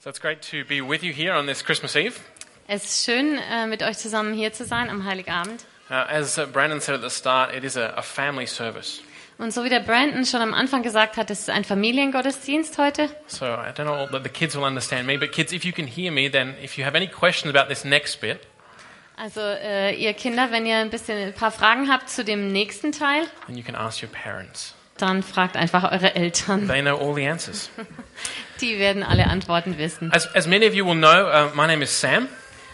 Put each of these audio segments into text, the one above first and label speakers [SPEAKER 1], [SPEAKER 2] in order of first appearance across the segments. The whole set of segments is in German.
[SPEAKER 1] So it's great to be with you here on this Christmas Eve.
[SPEAKER 2] Es ist schön, äh, mit euch zusammen hier zu sein am Heiligabend.
[SPEAKER 1] Uh, as uh, Brandon said at the start, it is a, a family service.
[SPEAKER 2] Und so wie der Brandon schon am Anfang gesagt hat, es ist ein Familiengottesdienst heute.
[SPEAKER 1] So I don't know that the kids will understand me, but kids, if you can hear me, then if you have any questions about this next bit,
[SPEAKER 2] Also äh, ihr Kinder, wenn ihr ein bisschen ein paar Fragen habt zu dem nächsten Teil,
[SPEAKER 1] then you can ask your parents.
[SPEAKER 2] dann fragt einfach eure Eltern.
[SPEAKER 1] They know all the answers.
[SPEAKER 2] Die werden alle Antworten wissen.
[SPEAKER 1] As, as many of you will know, uh, my name is Sam,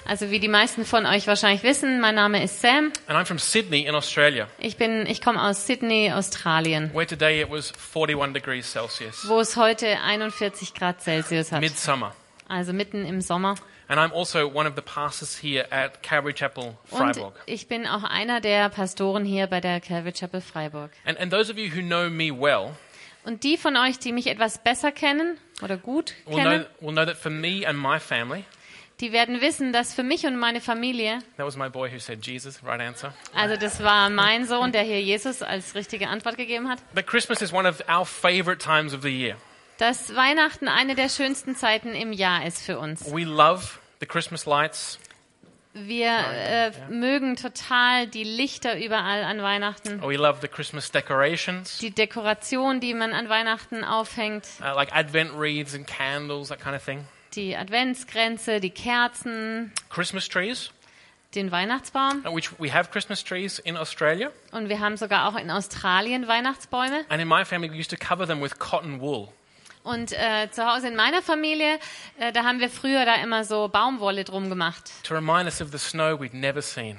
[SPEAKER 2] Also wie die meisten von euch wahrscheinlich wissen, mein Name ist Sam.
[SPEAKER 1] and I'm from Sydney in Australia,
[SPEAKER 2] Ich bin, ich komme aus Sydney, Australien,
[SPEAKER 1] where today it was 41 degrees Celsius,
[SPEAKER 2] wo es heute 41 Grad Celsius hat.
[SPEAKER 1] midsummer.
[SPEAKER 2] Also mitten im Sommer.
[SPEAKER 1] And I'm also one of the pastors here at Calvary Chapel,
[SPEAKER 2] Und
[SPEAKER 1] Freiburg.
[SPEAKER 2] ich bin auch einer der Pastoren hier bei der Calvary Chapel Freiburg.
[SPEAKER 1] And, and those of you who know me well
[SPEAKER 2] Und die von euch, die mich etwas besser kennen oder gut
[SPEAKER 1] will know,
[SPEAKER 2] kennen,
[SPEAKER 1] will know that for me and my family,
[SPEAKER 2] die werden wissen, dass für mich und meine Familie,
[SPEAKER 1] that was my boy who said Jesus, right answer,
[SPEAKER 2] also das war mein Sohn, der hier Jesus als richtige Antwort gegeben hat,
[SPEAKER 1] that Christmas is one of our favorite times of the year.
[SPEAKER 2] dass Weihnachten eine der schönsten Zeiten im Jahr ist für uns.
[SPEAKER 1] We love the Christmas lights,
[SPEAKER 2] Wir äh, mögen total die Lichter überall an Weihnachten,
[SPEAKER 1] we love the Christmas decorations,
[SPEAKER 2] die Dekoration, die man an Weihnachten aufhängt,
[SPEAKER 1] uh, like Advent wreaths and candles, that kind of thing.
[SPEAKER 2] die Adventsgrenze, die Kerzen,
[SPEAKER 1] Christmas trees,
[SPEAKER 2] den Weihnachtsbaum.
[SPEAKER 1] uh, which we have Christmas trees in Australia,
[SPEAKER 2] Und wir haben sogar auch in Australien Weihnachtsbäume.
[SPEAKER 1] and in my family we used to cover them with cotton wool.
[SPEAKER 2] Und äh, zu Hause in meiner Familie, äh, da haben wir früher da immer so Baumwolle drum gemacht,
[SPEAKER 1] To remind us of the snow we'd never seen.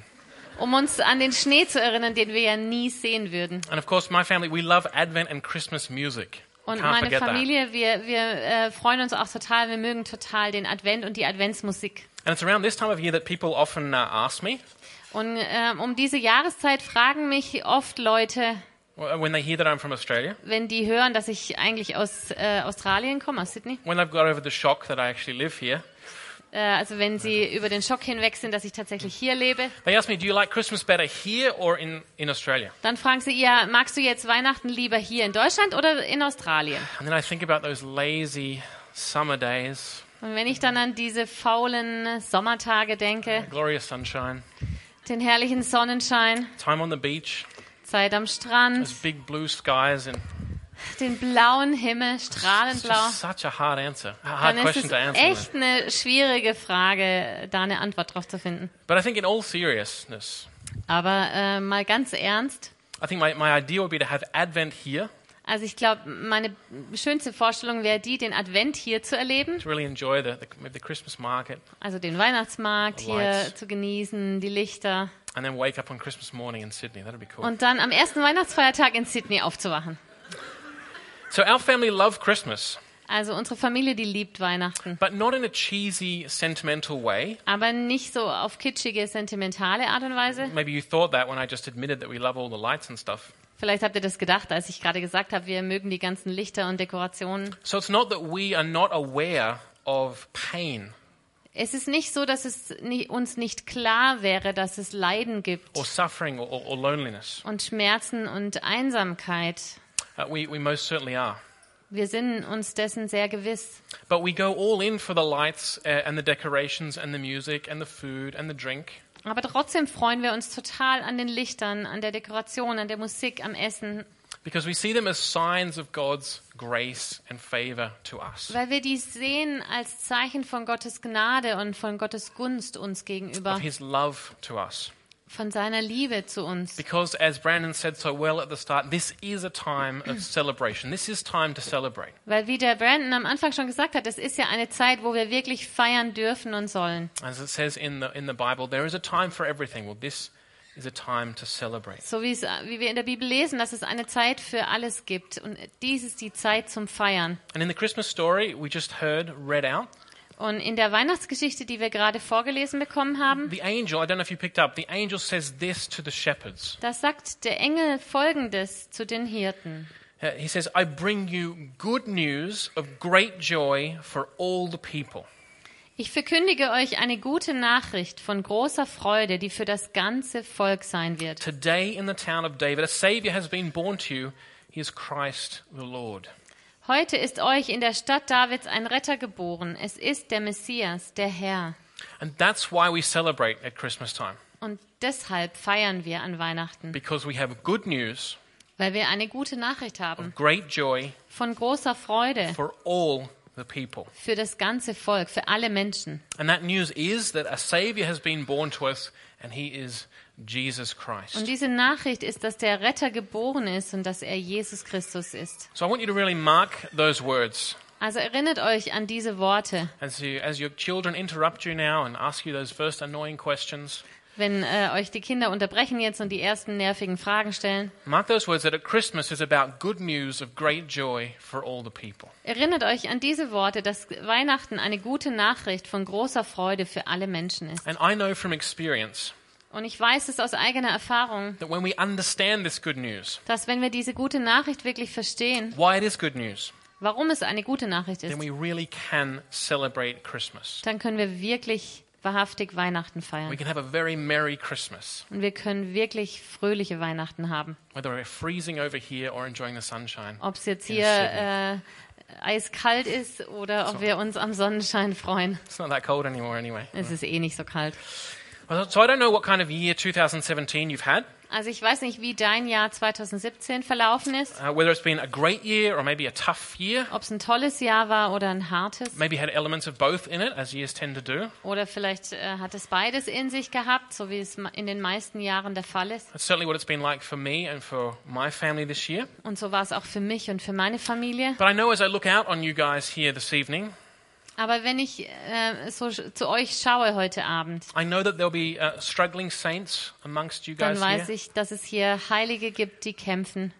[SPEAKER 2] um uns an den Schnee zu erinnern, den wir ja nie sehen würden.
[SPEAKER 1] And of course, my family, we love Advent and Christmas music.
[SPEAKER 2] Und
[SPEAKER 1] Can't
[SPEAKER 2] meine
[SPEAKER 1] forget that.
[SPEAKER 2] Familie, wir, wir äh, freuen uns auch total, wir mögen total den Advent und die Adventsmusik.
[SPEAKER 1] And it's around this time of year that people often uh, ask me,
[SPEAKER 2] Und ähm, um diese Jahreszeit fragen mich oft Leute,
[SPEAKER 1] w- uh, when they hear that I'm from Australia,
[SPEAKER 2] wenn die hören, dass ich eigentlich aus äh, Australien komme, aus Sydney,
[SPEAKER 1] when they've got over the shock that I actually live here,
[SPEAKER 2] äh, also wenn sie über den Schock hinweg sind, dass ich tatsächlich hier lebe,
[SPEAKER 1] they ask me, do you like Christmas better here or in, in Australia?
[SPEAKER 2] dann fragen sie, ja, magst du jetzt Weihnachten lieber hier in Deutschland oder in Australien?
[SPEAKER 1] And then I think about those lazy summer days,
[SPEAKER 2] Und wenn ich dann an diese faulen Sommertage denke,
[SPEAKER 1] glorious sunshine,
[SPEAKER 2] den herrlichen Sonnenschein,
[SPEAKER 1] time on the beach,
[SPEAKER 2] Zeit am Strand,
[SPEAKER 1] those big blue skies in
[SPEAKER 2] den blauen Himmel,
[SPEAKER 1] It's
[SPEAKER 2] strahlend blau,
[SPEAKER 1] just such a hard answer, a hard
[SPEAKER 2] dann ist
[SPEAKER 1] question
[SPEAKER 2] es
[SPEAKER 1] to answer.
[SPEAKER 2] echt eine schwierige Frage, da eine Antwort drauf zu finden.
[SPEAKER 1] But I think, in all seriousness,
[SPEAKER 2] Aber äh, mal ganz ernst,
[SPEAKER 1] I think my, my idea would be to have Advent here
[SPEAKER 2] also ich glaube, meine schönste Vorstellung wäre die, den Advent hier zu erleben,
[SPEAKER 1] to really enjoy the, the, maybe the Christmas market,
[SPEAKER 2] also den Weihnachtsmarkt
[SPEAKER 1] The
[SPEAKER 2] hier
[SPEAKER 1] lights.
[SPEAKER 2] zu genießen, die Lichter.
[SPEAKER 1] and then wake up on Christmas morning in Sydney. That'd be cool.
[SPEAKER 2] Und dann am ersten Weihnachtsfeiertag in Sydney aufzuwachen.
[SPEAKER 1] so our family love Christmas,
[SPEAKER 2] Also unsere Familie, die liebt Weihnachten.
[SPEAKER 1] but not in a cheesy, sentimental way.
[SPEAKER 2] Aber nicht so auf kitschige, sentimentale Art und Weise.
[SPEAKER 1] Maybe you thought that when I just admitted that we love all the lights and stuff.
[SPEAKER 2] Vielleicht habt ihr das gedacht, als ich gerade gesagt habe, wir mögen die ganzen Lichter und Dekorationen.
[SPEAKER 1] So it's not that we are not aware of pain
[SPEAKER 2] Es ist nicht so, dass es ni- uns nicht klar wäre, dass es Leiden gibt
[SPEAKER 1] or suffering or, or, or loneliness.
[SPEAKER 2] und Schmerzen und Einsamkeit.
[SPEAKER 1] Uh, we, we most certainly are.
[SPEAKER 2] Wir sind uns dessen sehr gewiss.
[SPEAKER 1] But we go all in for the lights uh, and the decorations and the music and the food and the drink.
[SPEAKER 2] Aber trotzdem freuen wir uns total an den Lichtern, an der Dekoration, an der Musik, am Essen,
[SPEAKER 1] Because we see them as signs of God's grace and favor to us.
[SPEAKER 2] weil wir dies sehen als Zeichen von Gottes Gnade und von Gottes Gunst uns gegenüber.
[SPEAKER 1] Of his love to us.
[SPEAKER 2] von seiner Liebe zu uns.
[SPEAKER 1] Because, as Brandon said so well at the start, this is a time of celebration. This is time to celebrate.
[SPEAKER 2] Weil wie der Brandon am Anfang schon gesagt hat, es ist ja eine Zeit, wo wir wirklich feiern dürfen und sollen.
[SPEAKER 1] As it says in the, in the Bible, there is a time for everything. Well, this is a time to celebrate.
[SPEAKER 2] So wie, es, wie wir in der Bibel lesen, dass es eine Zeit für alles gibt. Und dies ist die Zeit zum Feiern.
[SPEAKER 1] And in the Christmas story we just heard read out,
[SPEAKER 2] Und in der Weihnachtsgeschichte, die wir gerade vorgelesen bekommen haben,
[SPEAKER 1] the angel, I don't know if you picked up, the angel says this to the shepherds.
[SPEAKER 2] da sagt der Engel Folgendes zu den Hirten.
[SPEAKER 1] Uh, He says, I bring you good news of great joy for all the people.
[SPEAKER 2] Ich verkündige euch eine gute Nachricht von großer Freude, die für das ganze Volk sein wird.
[SPEAKER 1] Today in the town of David, a Savior has been born to you. He is Christ the Lord.
[SPEAKER 2] Heute ist euch in der Stadt Davids ein Retter geboren. Es ist der Messias, der Herr.
[SPEAKER 1] And that's why we celebrate at Christmas time,
[SPEAKER 2] Und deshalb feiern wir an Weihnachten,
[SPEAKER 1] because we have good news
[SPEAKER 2] weil wir eine gute Nachricht haben.
[SPEAKER 1] of great joy
[SPEAKER 2] Von großer Freude
[SPEAKER 1] for all the people.
[SPEAKER 2] für das ganze Volk, für alle Menschen.
[SPEAKER 1] And that news is that a Savior has been born to us, and He is Jesus
[SPEAKER 2] Und
[SPEAKER 1] Christ.
[SPEAKER 2] diese Nachricht ist, dass der Retter geboren ist und dass er Jesus Christus ist.
[SPEAKER 1] So I want you to really mark those words.
[SPEAKER 2] Also erinnert euch an diese Worte.
[SPEAKER 1] As, you, as your children interrupt you now and ask you those first annoying questions,
[SPEAKER 2] Wenn äh, euch die Kinder unterbrechen jetzt und die ersten nervigen Fragen stellen,
[SPEAKER 1] mark those words that at Christmas is about good news of great joy for all the people.
[SPEAKER 2] erinnert euch an diese Worte, dass Weihnachten eine gute Nachricht von großer Freude für alle Menschen ist.
[SPEAKER 1] And I know from experience
[SPEAKER 2] Und ich weiß es aus eigener Erfahrung,
[SPEAKER 1] that when we understand this good news,
[SPEAKER 2] dass wenn wir diese gute Nachricht wirklich verstehen,
[SPEAKER 1] why it is good news,
[SPEAKER 2] warum es eine gute Nachricht
[SPEAKER 1] then
[SPEAKER 2] ist,
[SPEAKER 1] we really can celebrate Christmas.
[SPEAKER 2] dann können wir wirklich wahrhaftig Weihnachten
[SPEAKER 1] We
[SPEAKER 2] feiern.
[SPEAKER 1] can have a very merry Christmas,
[SPEAKER 2] Und wir können wirklich fröhliche Weihnachten haben.
[SPEAKER 1] whether we're freezing over here or enjoying the sunshine.
[SPEAKER 2] Ob es jetzt
[SPEAKER 1] In
[SPEAKER 2] hier äh,
[SPEAKER 1] Sydney.
[SPEAKER 2] eiskalt ist oder ob
[SPEAKER 1] So.
[SPEAKER 2] wir uns am Sonnenschein freuen.
[SPEAKER 1] It's not that cold anymore, anyway.
[SPEAKER 2] Es ist eh nicht so kalt.
[SPEAKER 1] Well, So I don't know what kind of year 2017 you've had,
[SPEAKER 2] Also ich weiß nicht, wie dein Jahr 2017 verlaufen ist.
[SPEAKER 1] uh, whether it's been a great year or maybe a tough year.
[SPEAKER 2] Ob es ein tolles Jahr war oder ein hartes.
[SPEAKER 1] Maybe had elements of both in it, as years tend to do.
[SPEAKER 2] Oder vielleicht äh, hat es beides in sich gehabt, so wie es ma- in den meisten Jahren der Fall ist.
[SPEAKER 1] That's certainly what it's been like for me and for my family this year.
[SPEAKER 2] Und so war es auch für mich und für meine Familie.
[SPEAKER 1] But I know as I look out on you guys here this evening,
[SPEAKER 2] Aber wenn ich äh, so sch- zu euch schaue heute Abend,
[SPEAKER 1] I know that there'll be uh, struggling saints amongst you
[SPEAKER 2] dann
[SPEAKER 1] guys
[SPEAKER 2] weiß
[SPEAKER 1] here.
[SPEAKER 2] ich, dass es hier Heilige gibt, die kämpfen,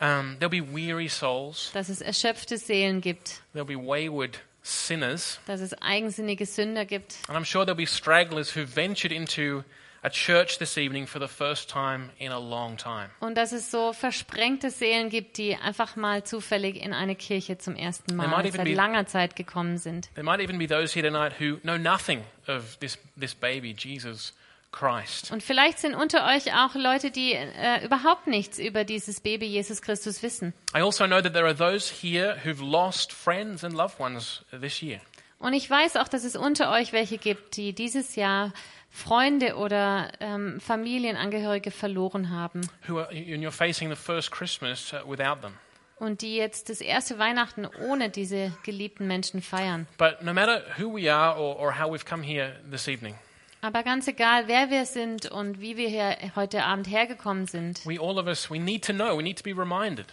[SPEAKER 1] Um, there'll be weary souls.
[SPEAKER 2] dass es erschöpfte Seelen gibt,
[SPEAKER 1] There'll be wayward sinners.
[SPEAKER 2] dass es eigensinnige Sünder gibt.
[SPEAKER 1] And I'm sure there'll be stragglers who ventured into a church this evening for the first time in a long time.
[SPEAKER 2] Und dass es so versprengte Seelen gibt, die einfach mal zufällig in eine Kirche zum ersten
[SPEAKER 1] There might
[SPEAKER 2] Mal
[SPEAKER 1] even
[SPEAKER 2] seit
[SPEAKER 1] be-
[SPEAKER 2] langer Zeit gekommen sind.
[SPEAKER 1] There might even be those here tonight who know nothing of this, this baby, Jesus Christ.
[SPEAKER 2] Und vielleicht sind unter euch auch Leute, die äh, überhaupt nichts über dieses Baby Jesus Christus wissen.
[SPEAKER 1] I also know that there are those here who've lost friends and loved ones this year.
[SPEAKER 2] Und ich weiß auch, dass es unter euch welche gibt, die dieses Jahr Freunde oder ähm, Familienangehörige verloren haben
[SPEAKER 1] Who are, and you're facing the first Christmas uh, without them.
[SPEAKER 2] und die jetzt das erste Weihnachten ohne diese geliebten Menschen feiern.
[SPEAKER 1] But no matter who we are or, or how we've come here this evening,
[SPEAKER 2] Aber ganz egal, wer wir sind und wie wir hier heute Abend hergekommen sind,
[SPEAKER 1] we all of us, we need to know, we need to be reminded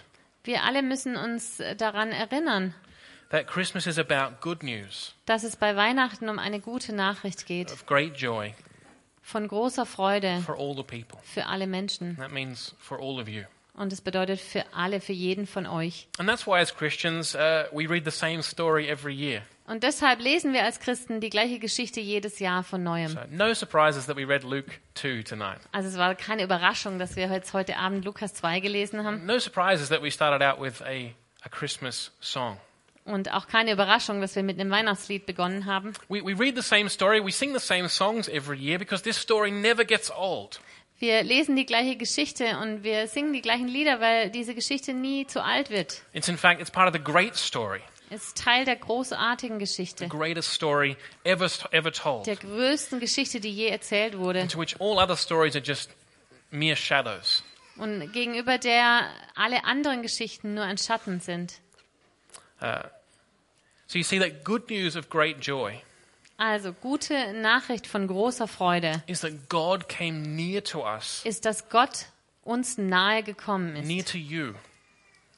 [SPEAKER 2] wir alle müssen uns daran erinnern,
[SPEAKER 1] that Christmas is about good news
[SPEAKER 2] dass es bei Weihnachten um eine gute Nachricht geht,
[SPEAKER 1] of great joy
[SPEAKER 2] von großer Freude
[SPEAKER 1] for all the people.
[SPEAKER 2] für alle Menschen.
[SPEAKER 1] And that means for all of you.
[SPEAKER 2] Und es bedeutet für alle, für jeden von euch.
[SPEAKER 1] And that's why, as Christians, uh, we read the same story every year.
[SPEAKER 2] Und deshalb lesen wir als Christen die gleiche Geschichte jedes Jahr von neuem.
[SPEAKER 1] So, no surprises that we read Luke 2 tonight.
[SPEAKER 2] Also es war keine Überraschung, dass wir jetzt heute Abend Lukas 2 gelesen haben.
[SPEAKER 1] No surprises that we started out with a, a Christmas song.
[SPEAKER 2] Und auch keine Überraschung, dass wir mit einem Weihnachtslied begonnen haben.
[SPEAKER 1] We, we read the same story, we sing the same songs every year because this story never gets old.
[SPEAKER 2] Wir lesen die gleiche Geschichte und wir singen die gleichen Lieder, weil diese Geschichte nie zu alt wird.
[SPEAKER 1] It's in fact, it's part of the great story,
[SPEAKER 2] Es ist Teil der großartigen
[SPEAKER 1] the
[SPEAKER 2] Geschichte,
[SPEAKER 1] greatest story ever, st- ever told,
[SPEAKER 2] der größten Geschichte, die je erzählt wurde.
[SPEAKER 1] to which all other stories are just mere shadows.
[SPEAKER 2] Und gegenüber der alle anderen Geschichten nur ein Schatten sind.
[SPEAKER 1] So you see that good news of great joy
[SPEAKER 2] Also gute Nachricht von großer Freude.
[SPEAKER 1] is that God came near to us,
[SPEAKER 2] ist, dass Gott uns nahe gekommen
[SPEAKER 1] near
[SPEAKER 2] ist
[SPEAKER 1] to you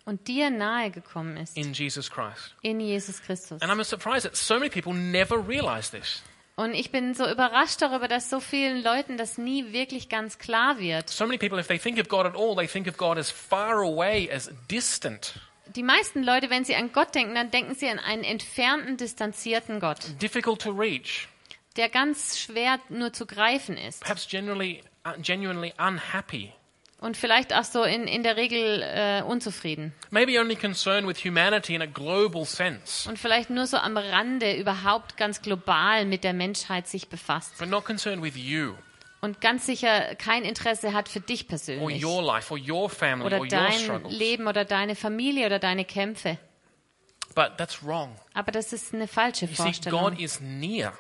[SPEAKER 2] und dir nahe gekommen ist
[SPEAKER 1] in Jesus Christ.
[SPEAKER 2] in Jesus Christus.
[SPEAKER 1] And I'm surprised that so many people never realize this.
[SPEAKER 2] Und ich bin so überrascht darüber, dass so vielen Leuten das nie wirklich ganz klar wird.
[SPEAKER 1] So many people, if they think of God at all, they think of God as far away, as distant,
[SPEAKER 2] Die meisten Leute, wenn sie an Gott denken, dann denken sie an einen entfernten, distanzierten Gott,
[SPEAKER 1] difficult to reach,
[SPEAKER 2] der ganz schwer nur zu greifen ist
[SPEAKER 1] perhaps generally, uh, genuinely unhappy,
[SPEAKER 2] und vielleicht auch so in, in der Regel äh, unzufrieden
[SPEAKER 1] maybe only concerned with humanity in a global sense,
[SPEAKER 2] und vielleicht nur so am Rande überhaupt ganz global mit der Menschheit sich befasst
[SPEAKER 1] but not concerned with you
[SPEAKER 2] und ganz sicher kein Interesse hat für dich
[SPEAKER 1] or
[SPEAKER 2] persönlich.
[SPEAKER 1] your life or your family
[SPEAKER 2] oder
[SPEAKER 1] or your
[SPEAKER 2] dein
[SPEAKER 1] struggles.
[SPEAKER 2] Leben oder deine Familie oder deine Kämpfe.
[SPEAKER 1] But that's wrong.
[SPEAKER 2] Aber das ist eine falsche
[SPEAKER 1] You see, God
[SPEAKER 2] Vorstellung.
[SPEAKER 1] is near.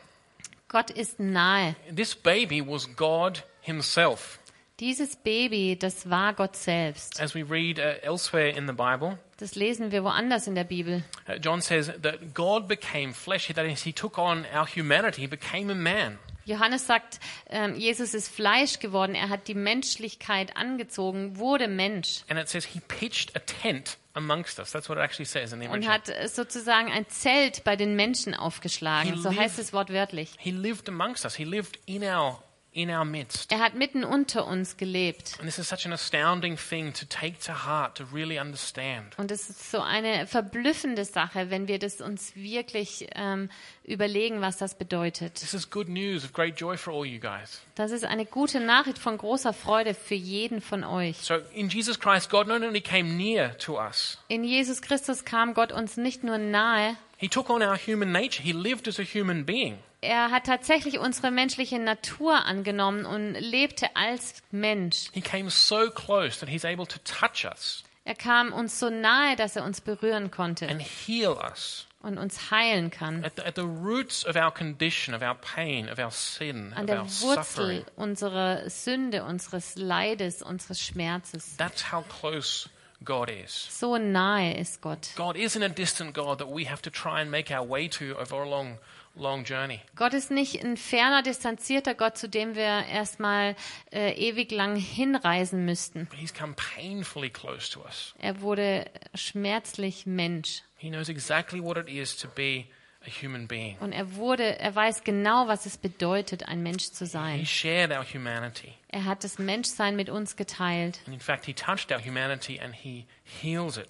[SPEAKER 2] Gott ist nahe.
[SPEAKER 1] This baby was God Himself.
[SPEAKER 2] Dieses Baby, das war Gott selbst.
[SPEAKER 1] As we read uh, elsewhere in the Bible,
[SPEAKER 2] Das lesen wir woanders in der Bibel.
[SPEAKER 1] uh, John says that God became flesh, that is, He took on our humanity, became a man.
[SPEAKER 2] Johannes sagt, ähm, Jesus ist Fleisch geworden. Er hat die Menschlichkeit angezogen, wurde Mensch
[SPEAKER 1] And it says He pitched a tent amongst us. That's what it actually says in the
[SPEAKER 2] und
[SPEAKER 1] original.
[SPEAKER 2] hat äh, sozusagen ein Zelt bei den Menschen aufgeschlagen. So heißt es wortwörtlich.
[SPEAKER 1] He lived amongst us, He lived in our, in our midst.
[SPEAKER 2] Er hat mitten unter uns gelebt.
[SPEAKER 1] And this is such an astounding thing to take to heart, to really understand.
[SPEAKER 2] Und es ist so eine verblüffende Sache, wenn wir das uns wirklich ähm, überlegen, was das bedeutet.
[SPEAKER 1] This is good news of great joy for all you guys.
[SPEAKER 2] Das ist eine gute Nachricht von großer Freude für jeden von euch.
[SPEAKER 1] So, in Jesus Christ, God not only came near to us,
[SPEAKER 2] In Jesus Christus kam Gott uns nicht nur nahe,
[SPEAKER 1] He took on our human nature. He lived as a human being.
[SPEAKER 2] er hat tatsächlich unsere menschliche Natur angenommen und lebte als Mensch.
[SPEAKER 1] He came so close that He's able to touch us
[SPEAKER 2] Er kam uns so nahe, dass er uns berühren konnte
[SPEAKER 1] and heal us.
[SPEAKER 2] und uns heilen kann.
[SPEAKER 1] At the, at the roots of our condition, of our pain, of our sin,
[SPEAKER 2] An
[SPEAKER 1] of
[SPEAKER 2] der
[SPEAKER 1] our suffering.
[SPEAKER 2] Wurzel unserer Sünde, unseres Leides, unseres Schmerzes.
[SPEAKER 1] That's how close God is.
[SPEAKER 2] So nahe ist Gott.
[SPEAKER 1] God isn't a distant God that we have to try and make our way to over a long, long journey.
[SPEAKER 2] Gott ist nicht ein ferner, distanzierter Gott, zu dem wir erstmal äh, ewig lang hinreisen müssten.
[SPEAKER 1] But He's come painfully close to us.
[SPEAKER 2] Er wurde schmerzlich Mensch
[SPEAKER 1] He knows exactly what it is to be a human being.
[SPEAKER 2] und er wurde, er weiß genau, was es bedeutet, ein Mensch zu
[SPEAKER 1] He
[SPEAKER 2] sein.
[SPEAKER 1] shared our humanity.
[SPEAKER 2] Er hat das Menschsein mit uns geteilt
[SPEAKER 1] And in fact, He touched our humanity and He heals it.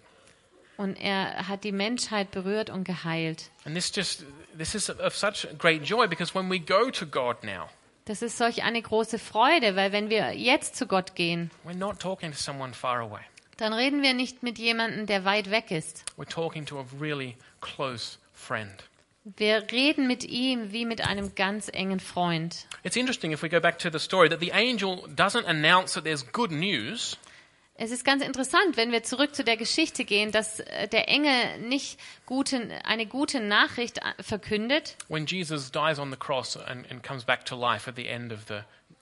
[SPEAKER 2] und er hat die Menschheit berührt und geheilt.
[SPEAKER 1] And this just this is of such great joy because when we go to God now,
[SPEAKER 2] Das ist solch eine große Freude, weil wenn wir jetzt zu Gott gehen,
[SPEAKER 1] we're not talking to someone far away.
[SPEAKER 2] dann reden wir nicht mit jemandem, der weit weg ist.
[SPEAKER 1] We're talking to a really close friend.
[SPEAKER 2] Wir reden mit ihm wie mit einem ganz engen Freund.
[SPEAKER 1] It's interesting if we go back to the story that the angel doesn't announce that there's good news.
[SPEAKER 2] Es ist ganz interessant, wenn wir zurück zu der Geschichte gehen, dass äh, der Engel nicht gute, eine gute Nachricht äh, verkündet.
[SPEAKER 1] When Jesus dies on the cross and, and comes back to life at the end of the,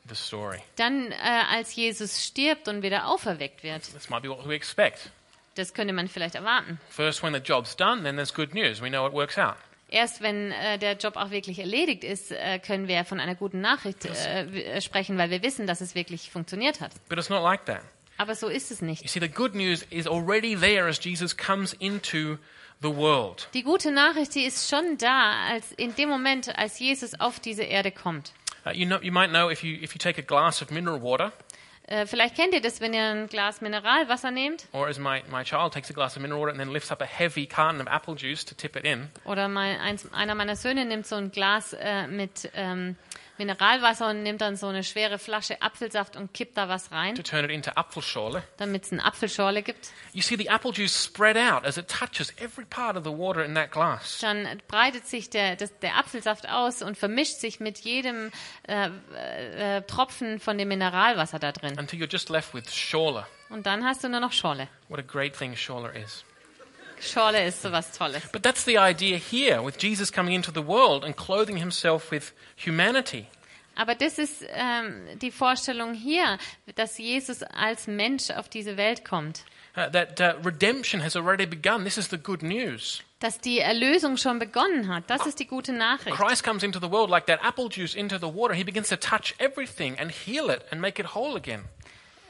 [SPEAKER 1] the story,
[SPEAKER 2] Dann, äh, als Jesus stirbt und wieder auferweckt wird,
[SPEAKER 1] this might be what we expect.
[SPEAKER 2] das könnte man vielleicht erwarten.
[SPEAKER 1] First, when the job's done, then there's good news. We know it works out.
[SPEAKER 2] Erst wenn äh, der Job auch wirklich erledigt ist, äh, können wir von einer guten Nachricht äh, w- äh, sprechen, weil wir wissen, dass es wirklich funktioniert hat.
[SPEAKER 1] But it's not like that.
[SPEAKER 2] Aber so ist es
[SPEAKER 1] You
[SPEAKER 2] nicht.
[SPEAKER 1] see, the good news is already there as Jesus comes into the world.
[SPEAKER 2] Die gute Nachricht, die ist schon da, als in dem Moment, als Jesus auf diese Erde kommt.
[SPEAKER 1] Uh, you know, you might know if you if you take a glass of mineral water,
[SPEAKER 2] Äh, vielleicht kennt ihr das, wenn ihr ein Glas Mineralwasser nehmt.
[SPEAKER 1] or as my, my child takes a glass of mineral water and then lifts up a heavy carton of apple juice to tip it in.
[SPEAKER 2] Oder mein, eins, einer meiner Söhne nimmt so ein Glas äh, mit ähm, Mineralwasser und nimmt dann so eine schwere Flasche Apfelsaft und kippt da was rein,
[SPEAKER 1] to turn it into Apfelschorle.
[SPEAKER 2] damit es eine Apfelschorle gibt.
[SPEAKER 1] You see the apple juice spread out as it touches every part of the water in that glass.
[SPEAKER 2] Dann breitet sich der, das, der Apfelsaft aus und vermischt sich mit jedem äh, äh, Tropfen von dem Mineralwasser da drin.
[SPEAKER 1] Until you're just left with schorle.
[SPEAKER 2] Und dann hast du nur noch Schorle.
[SPEAKER 1] What a great thing schorle is.
[SPEAKER 2] Schorle ist sowas Tolles.
[SPEAKER 1] But that's the idea here with Jesus coming into the world and clothing himself with humanity.
[SPEAKER 2] Aber das ist ähm, die Vorstellung hier, dass Jesus als Mensch auf diese Welt kommt.
[SPEAKER 1] Uh, that uh, redemption has already begun. This is the good news.
[SPEAKER 2] Dass die Erlösung schon begonnen hat, das ist die gute Nachricht.
[SPEAKER 1] Christ comes into the world like that apple juice into the water. He begins to touch everything and heal it and make it whole again.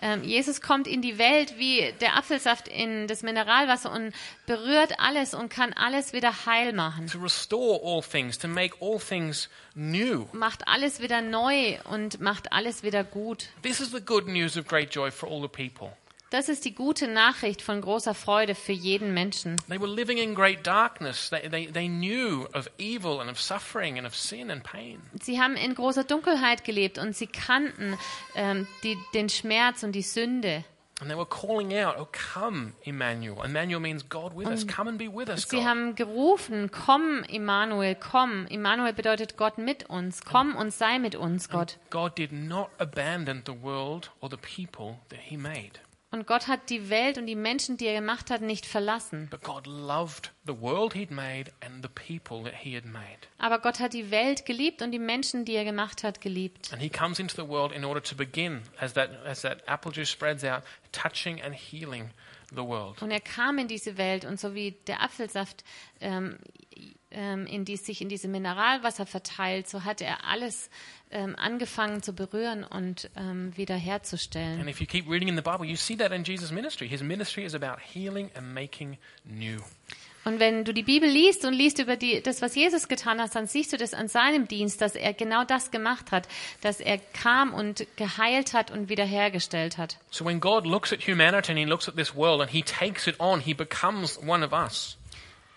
[SPEAKER 2] Ähm, Jesus kommt in die Welt wie der Apfelsaft in das Mineralwasser und berührt alles und kann alles wieder heil machen,
[SPEAKER 1] To restore all things, to make all things new.
[SPEAKER 2] macht alles wieder neu und macht alles wieder gut.
[SPEAKER 1] This is the good news of great joy for all the people.
[SPEAKER 2] Das ist die gute Nachricht von großer Freude für jeden Menschen.
[SPEAKER 1] They were living in great darkness. They, they, they knew of evil and of suffering and of sin and pain.
[SPEAKER 2] Sie haben in großer Dunkelheit gelebt und sie kannten ähm, die, den Schmerz und die Sünde.
[SPEAKER 1] And they were calling out, Oh, come, Emmanuel. Emmanuel means God with us. Come and be with us,
[SPEAKER 2] Sie
[SPEAKER 1] God.
[SPEAKER 2] haben gerufen, komm, Immanuel, komm. Immanuel bedeutet Gott mit uns. Komm und sei mit uns, Gott.
[SPEAKER 1] God did not abandon the world or the people that He made.
[SPEAKER 2] Und Gott hat die Welt und die Menschen, die er gemacht hat, nicht verlassen.
[SPEAKER 1] But God loved the world He'd made and the people that He had made.
[SPEAKER 2] Aber Gott hat die Welt geliebt und die Menschen, die er gemacht hat, geliebt.
[SPEAKER 1] And He comes into the world in order to begin, as that, as that apple juice spreads out, touching and healing the world.
[SPEAKER 2] Und er kam in diese Welt und so wie der Apfelsaft ähm, ähm, in die, sich in diesem Mineralwasser verteilt, so hat er alles ähm, angefangen zu berühren und ähm, wiederherzustellen.
[SPEAKER 1] And if you keep reading in the Bible, you see that in Jesus' ministry. His ministry is about healing and making new.
[SPEAKER 2] Und wenn du die Bibel liest und liest über die, das, was Jesus getan hat, dann siehst du das an seinem Dienst, dass er genau das gemacht hat, dass er kam und geheilt hat und wiederhergestellt hat.
[SPEAKER 1] So when God looks at humanity and He looks at this world and He takes it on, He becomes one of us.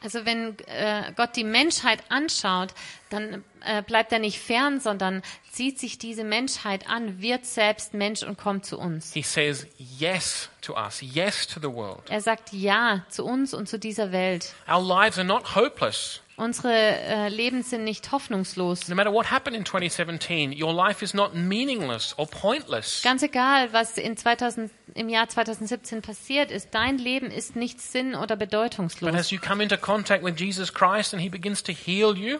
[SPEAKER 2] Also wenn äh, Gott die Menschheit anschaut, dann äh, bleibt er nicht fern, sondern zieht sich diese Menschheit an, wird selbst Mensch und kommt zu uns.
[SPEAKER 1] He says yes to us, yes to the world.
[SPEAKER 2] Er sagt Ja zu uns und zu dieser Welt.
[SPEAKER 1] Our lives are not hopeless.
[SPEAKER 2] Unsere äh, Leben sind nicht hoffnungslos.
[SPEAKER 1] No matter what happened in 2017, your life is not meaningless or pointless.
[SPEAKER 2] Ganz egal, was in 2000, im Jahr 2017 passiert ist, dein Leben ist nicht sinn- oder
[SPEAKER 1] But
[SPEAKER 2] bedeutungslos.
[SPEAKER 1] as you come into contact with Jesus Christ and He begins to heal you,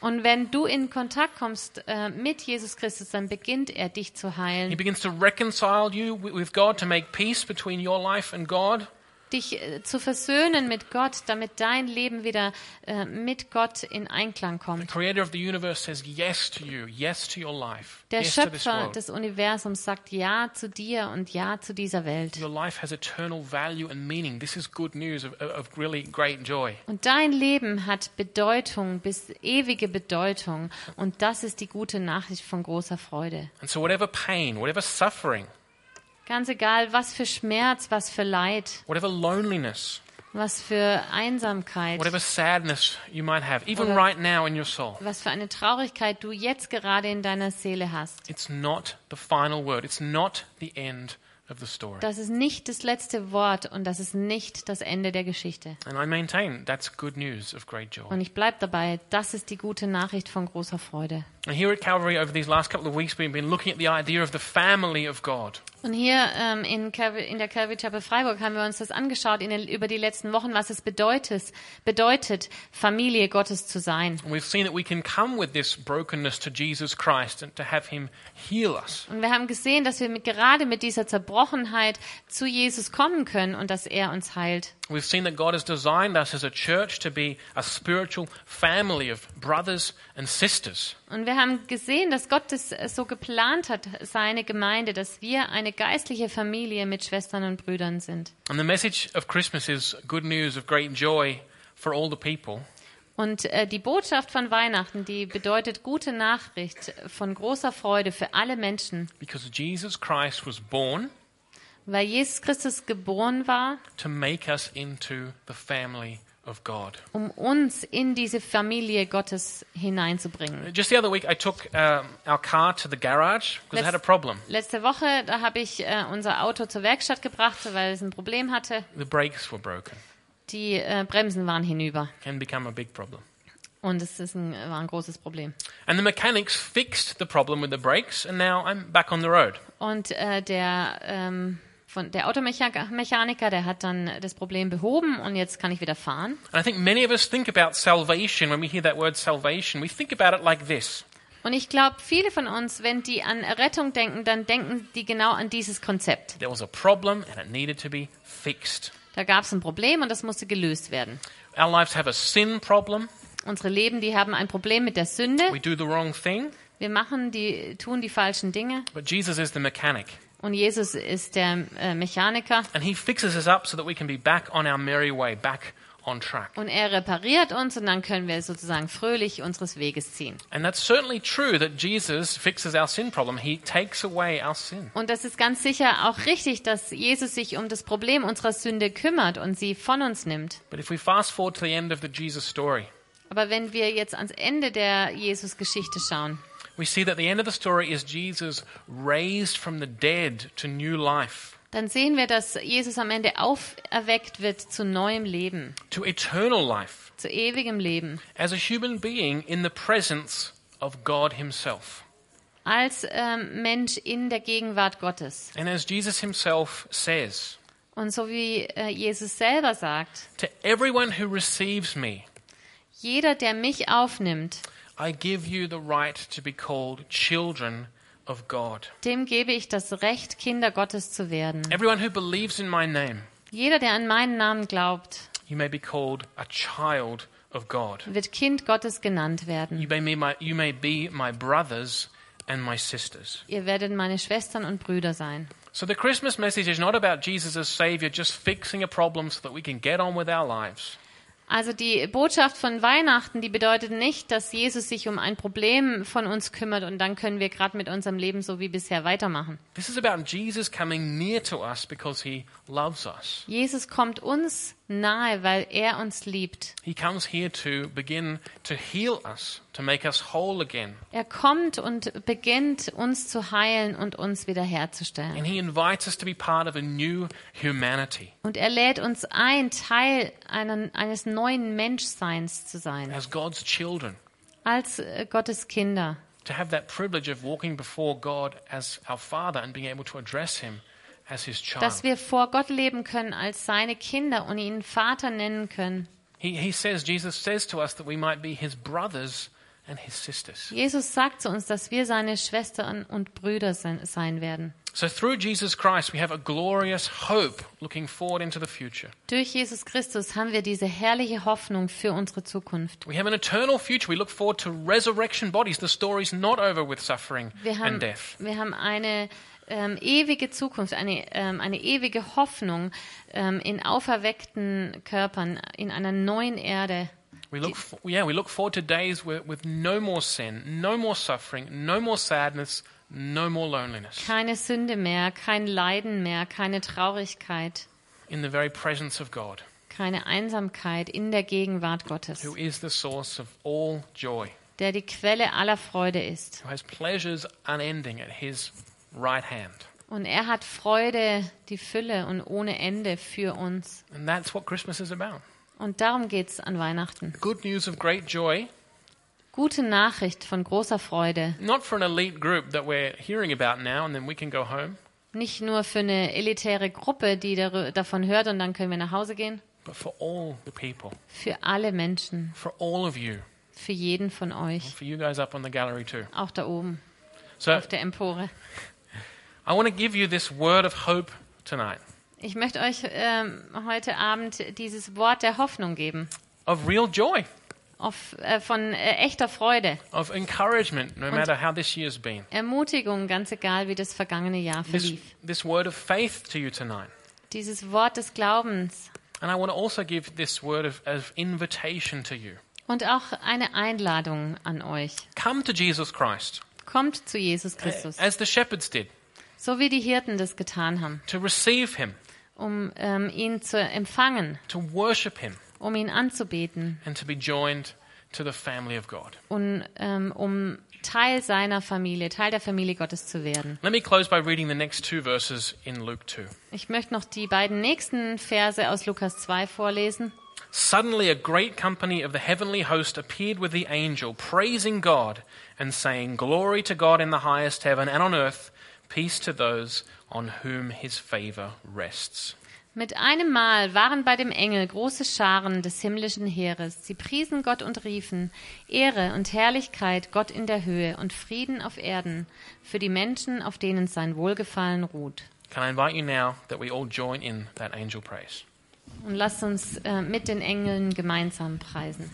[SPEAKER 2] Und wenn du in Kontakt kommst äh, mit Jesus Christus, dann beginnt er dich zu
[SPEAKER 1] He
[SPEAKER 2] heilen,
[SPEAKER 1] begins to reconcile you wi- with God to make peace between your life and God.
[SPEAKER 2] dich äh, zu versöhnen mit Gott, damit dein Leben wieder äh, mit Gott in Einklang
[SPEAKER 1] The
[SPEAKER 2] kommt.
[SPEAKER 1] creator of the universe says yes to you, yes to your life,
[SPEAKER 2] Der
[SPEAKER 1] yes to this
[SPEAKER 2] Schöpfer
[SPEAKER 1] world.
[SPEAKER 2] des Universums sagt Ja zu dir und Ja zu dieser Welt.
[SPEAKER 1] Your life has eternal value and meaning. This is good news of, of really great joy.
[SPEAKER 2] Und dein Leben hat Bedeutung bis ewige Bedeutung. Und das ist die gute Nachricht von großer Freude.
[SPEAKER 1] And so, whatever pain, whatever suffering,
[SPEAKER 2] Ganz egal, was für Schmerz, was für Leid,
[SPEAKER 1] whatever loneliness,
[SPEAKER 2] was für Einsamkeit,
[SPEAKER 1] whatever sadness you might have, even
[SPEAKER 2] Oder-
[SPEAKER 1] right now in your soul,
[SPEAKER 2] was für eine Traurigkeit du jetzt gerade in deiner Seele hast.
[SPEAKER 1] it's not the final word. It's not the end of the story.
[SPEAKER 2] Das ist nicht das letzte Wort und das ist nicht das Ende der Geschichte.
[SPEAKER 1] And I maintain that's good news of great joy.
[SPEAKER 2] Und ich bleibe dabei, das ist die gute Nachricht von großer Freude.
[SPEAKER 1] And here at Calvary, over these last couple of weeks, we've been looking at the idea of the family of God.
[SPEAKER 2] Und hier ähm, in, Calvary, in der Calvary Chapel Freiburg haben wir uns das angeschaut in den, über die letzten Wochen, was es bedeutet, bedeutet, Familie Gottes zu sein.
[SPEAKER 1] And we've seen that we can come with this brokenness to Jesus Christ and to have Him heal us.
[SPEAKER 2] Und wir haben gesehen, dass wir mit, gerade mit dieser Zerbrochenheit zu Jesus kommen können und dass er uns heilt.
[SPEAKER 1] We've seen that God has designed us as a church to be a spiritual family of brothers and sisters.
[SPEAKER 2] Und wir haben gesehen, dass Gott es äh, so geplant hat, seine Gemeinde, dass wir eine geistliche Familie mit Schwestern und Brüdern sind.
[SPEAKER 1] And the message of Christmas is good news of great joy for all the people.
[SPEAKER 2] Und äh, die Botschaft von Weihnachten, die bedeutet gute Nachricht von großer Freude für alle Menschen.
[SPEAKER 1] Because Jesus Christ was born
[SPEAKER 2] Weil Jesus Christus geboren war,
[SPEAKER 1] to make us into the family of God.
[SPEAKER 2] um uns in diese Familie Gottes hineinzubringen.
[SPEAKER 1] Just the other week, I took um, our car to the garage because I
[SPEAKER 2] Let's-
[SPEAKER 1] had a problem.
[SPEAKER 2] Letzte Woche, da habe ich äh, unser Auto zur Werkstatt gebracht, weil es ein Problem hatte.
[SPEAKER 1] The brakes were broken.
[SPEAKER 2] Die äh, Bremsen waren hinüber
[SPEAKER 1] Can become a big problem.
[SPEAKER 2] und es ist ein, war ein großes Problem.
[SPEAKER 1] And the mechanics fixed the problem with the brakes, and now I'm back on the road.
[SPEAKER 2] Und äh, der, ähm, von, der Automechaniker, der hat dann das Problem behoben und jetzt kann ich wieder fahren.
[SPEAKER 1] And I think many of us think about salvation when we hear that word salvation. We think about it like this
[SPEAKER 2] Und ich glaube, viele von uns, wenn die an Rettung denken, dann denken die genau an dieses Konzept.
[SPEAKER 1] there was a problem and it needed to be fixed.
[SPEAKER 2] Da gab es ein Problem und das musste gelöst werden.
[SPEAKER 1] Our lives have a sin problem.
[SPEAKER 2] Unsere Leben, die haben ein Problem mit der Sünde.
[SPEAKER 1] We do the wrong thing,
[SPEAKER 2] Wir machen die, tun die falschen Dinge.
[SPEAKER 1] but Jesus is the mechanic.
[SPEAKER 2] Und Jesus ist der äh, Mechaniker
[SPEAKER 1] And he fixes us up so that we can be back on our merry way, back on track.
[SPEAKER 2] und er repariert uns und dann können wir sozusagen fröhlich unseres Weges ziehen.
[SPEAKER 1] And that's certainly true that Jesus fixes our sin problem. He takes away our sin.
[SPEAKER 2] Und das ist ganz sicher auch richtig, dass Jesus sich um das Problem unserer Sünde kümmert und sie von uns nimmt.
[SPEAKER 1] But if we fast forward to the end of the Jesus story,
[SPEAKER 2] Aber wenn wir jetzt ans Ende der Jesus-Geschichte schauen,
[SPEAKER 1] we see that the end of the story is Jesus raised from the dead to new life,
[SPEAKER 2] dann sehen wir, dass Jesus am Ende auferweckt wird zu neuem Leben,
[SPEAKER 1] to eternal life.
[SPEAKER 2] zu ewigem Leben,
[SPEAKER 1] as a human being in the presence of God Himself.
[SPEAKER 2] als ähm, Mensch in der Gegenwart Gottes.
[SPEAKER 1] And as Jesus himself says,
[SPEAKER 2] Und so wie äh, Jesus selber sagt,
[SPEAKER 1] to everyone who receives me,
[SPEAKER 2] jeder, der mich aufnimmt,
[SPEAKER 1] I give you the right to be called children of God.
[SPEAKER 2] dem gebe ich das Recht, Kinder Gottes zu werden.
[SPEAKER 1] Everyone who believes in my name,
[SPEAKER 2] Jeder, der an meinen Namen glaubt,
[SPEAKER 1] you may be called a child of God.
[SPEAKER 2] wird Kind Gottes genannt werden.
[SPEAKER 1] You may be my, you may be my brothers and my sisters.
[SPEAKER 2] Ihr werdet meine Schwestern und Brüder sein.
[SPEAKER 1] So the Christmas message is not about Jesus as Savior just fixing a problem so that we can get on with our lives.
[SPEAKER 2] Also die Botschaft von Weihnachten, die bedeutet nicht, dass Jesus sich um ein Problem von uns kümmert und dann können wir gerade mit unserem Leben so wie bisher weitermachen.
[SPEAKER 1] This is about Jesus coming near to us because he loves us.
[SPEAKER 2] Jesus kommt uns nahe, weil er uns liebt.
[SPEAKER 1] He comes here to begin to heal us, to make us whole again.
[SPEAKER 2] Er kommt und beginnt uns zu heilen und uns wiederherzustellen.
[SPEAKER 1] And he invites us to be part of a new humanity.
[SPEAKER 2] Und er lädt uns ein, Teil einer, eines neuen Menschseins zu sein,
[SPEAKER 1] as God's children,
[SPEAKER 2] als äh, Gottes Kinder.
[SPEAKER 1] to have that privilege of walking before God as our Father and being able to address Him as His child.
[SPEAKER 2] dass wir vor Gott leben können als seine Kinder und ihn Vater nennen können.
[SPEAKER 1] He, he says, Jesus says to us that we might be His brothers and His sisters.
[SPEAKER 2] Jesus sagt zu uns, dass wir seine Schwestern und Brüder sein, sein werden.
[SPEAKER 1] So through Jesus Christ, we have a glorious hope looking forward into the future.
[SPEAKER 2] Durch Jesus Christus haben wir diese herrliche Hoffnung für unsere Zukunft.
[SPEAKER 1] We have an eternal future. We look forward to resurrection bodies. The story's not over with suffering
[SPEAKER 2] Wir haben,
[SPEAKER 1] and death.
[SPEAKER 2] wir haben eine ähm, ewige Zukunft, eine, ähm, eine ewige Hoffnung ähm, in auferweckten Körpern, in einer neuen Erde.
[SPEAKER 1] We look, for, yeah, we look forward to days where, with no more sin, no more suffering, no more sadness, no more loneliness.
[SPEAKER 2] Keine Sünde mehr, kein Leiden mehr, keine Traurigkeit,
[SPEAKER 1] in the very presence of God,
[SPEAKER 2] keine Einsamkeit in der Gegenwart Gottes.
[SPEAKER 1] who is the source of all joy,
[SPEAKER 2] der die Quelle aller Freude ist.
[SPEAKER 1] who has pleasures unending at his right hand.
[SPEAKER 2] Und er hat Freude, die Fülle und ohne Ende für uns.
[SPEAKER 1] And that's what Christmas is about.
[SPEAKER 2] Und darum geht's an Weihnachten.
[SPEAKER 1] Good news of great joy,
[SPEAKER 2] Gute Nachricht von großer Freude.
[SPEAKER 1] not for an elite group that we're hearing about now and then we can go home,
[SPEAKER 2] Nicht nur für eine elitäre Gruppe, die darü- davon hört und dann können wir nach Hause gehen.
[SPEAKER 1] but for all the people,
[SPEAKER 2] Für alle Menschen,
[SPEAKER 1] for all of you,
[SPEAKER 2] für jeden von euch,
[SPEAKER 1] for you guys up on the gallery too.
[SPEAKER 2] auch da oben
[SPEAKER 1] So
[SPEAKER 2] auf der Empore.
[SPEAKER 1] I want to give you this word of hope tonight,
[SPEAKER 2] Ich möchte euch ähm, heute Abend dieses Wort der Hoffnung geben,
[SPEAKER 1] of real joy,
[SPEAKER 2] auf, äh, von äh, echter Freude,
[SPEAKER 1] of encouragement, no matter how this year's been.
[SPEAKER 2] Ermutigung, ganz egal, wie das vergangene Jahr
[SPEAKER 1] This,
[SPEAKER 2] verlief.
[SPEAKER 1] this word of faith to you tonight.
[SPEAKER 2] dieses Wort des Glaubens
[SPEAKER 1] And I want to also give this word of, of invitation to you.
[SPEAKER 2] und auch eine Einladung an euch.
[SPEAKER 1] Come to Jesus Christ,
[SPEAKER 2] Kommt zu Jesus Christus,
[SPEAKER 1] as the shepherds did,
[SPEAKER 2] so wie die Hirten das getan haben,
[SPEAKER 1] to receive him,
[SPEAKER 2] um ähm, ihn zu empfangen,
[SPEAKER 1] to worship him,
[SPEAKER 2] um ihn anzubeten
[SPEAKER 1] and to be joined to the family of God.
[SPEAKER 2] und ähm, um Teil seiner Familie, Teil der Familie Gottes zu werden.
[SPEAKER 1] Let me close by reading the next two verses in Luke 2.
[SPEAKER 2] Ich möchte noch die beiden nächsten Verse aus Lukas 2 vorlesen.
[SPEAKER 1] Suddenly, a great company of the heavenly host appeared with the angel, praising God and saying, Glory to God in the highest heaven, and on earth, peace to those on whom his favor rests.
[SPEAKER 2] Mit einem Mal waren bei dem Engel große Scharen des himmlischen Heeres. Sie priesen Gott und riefen Ehre und Herrlichkeit Gott in der Höhe und Frieden auf Erden für die Menschen, auf denen sein Wohlgefallen ruht.
[SPEAKER 1] Can I invite you now that we all join in that angel praise?
[SPEAKER 2] Und lasst uns äh, mit den Engeln gemeinsam preisen.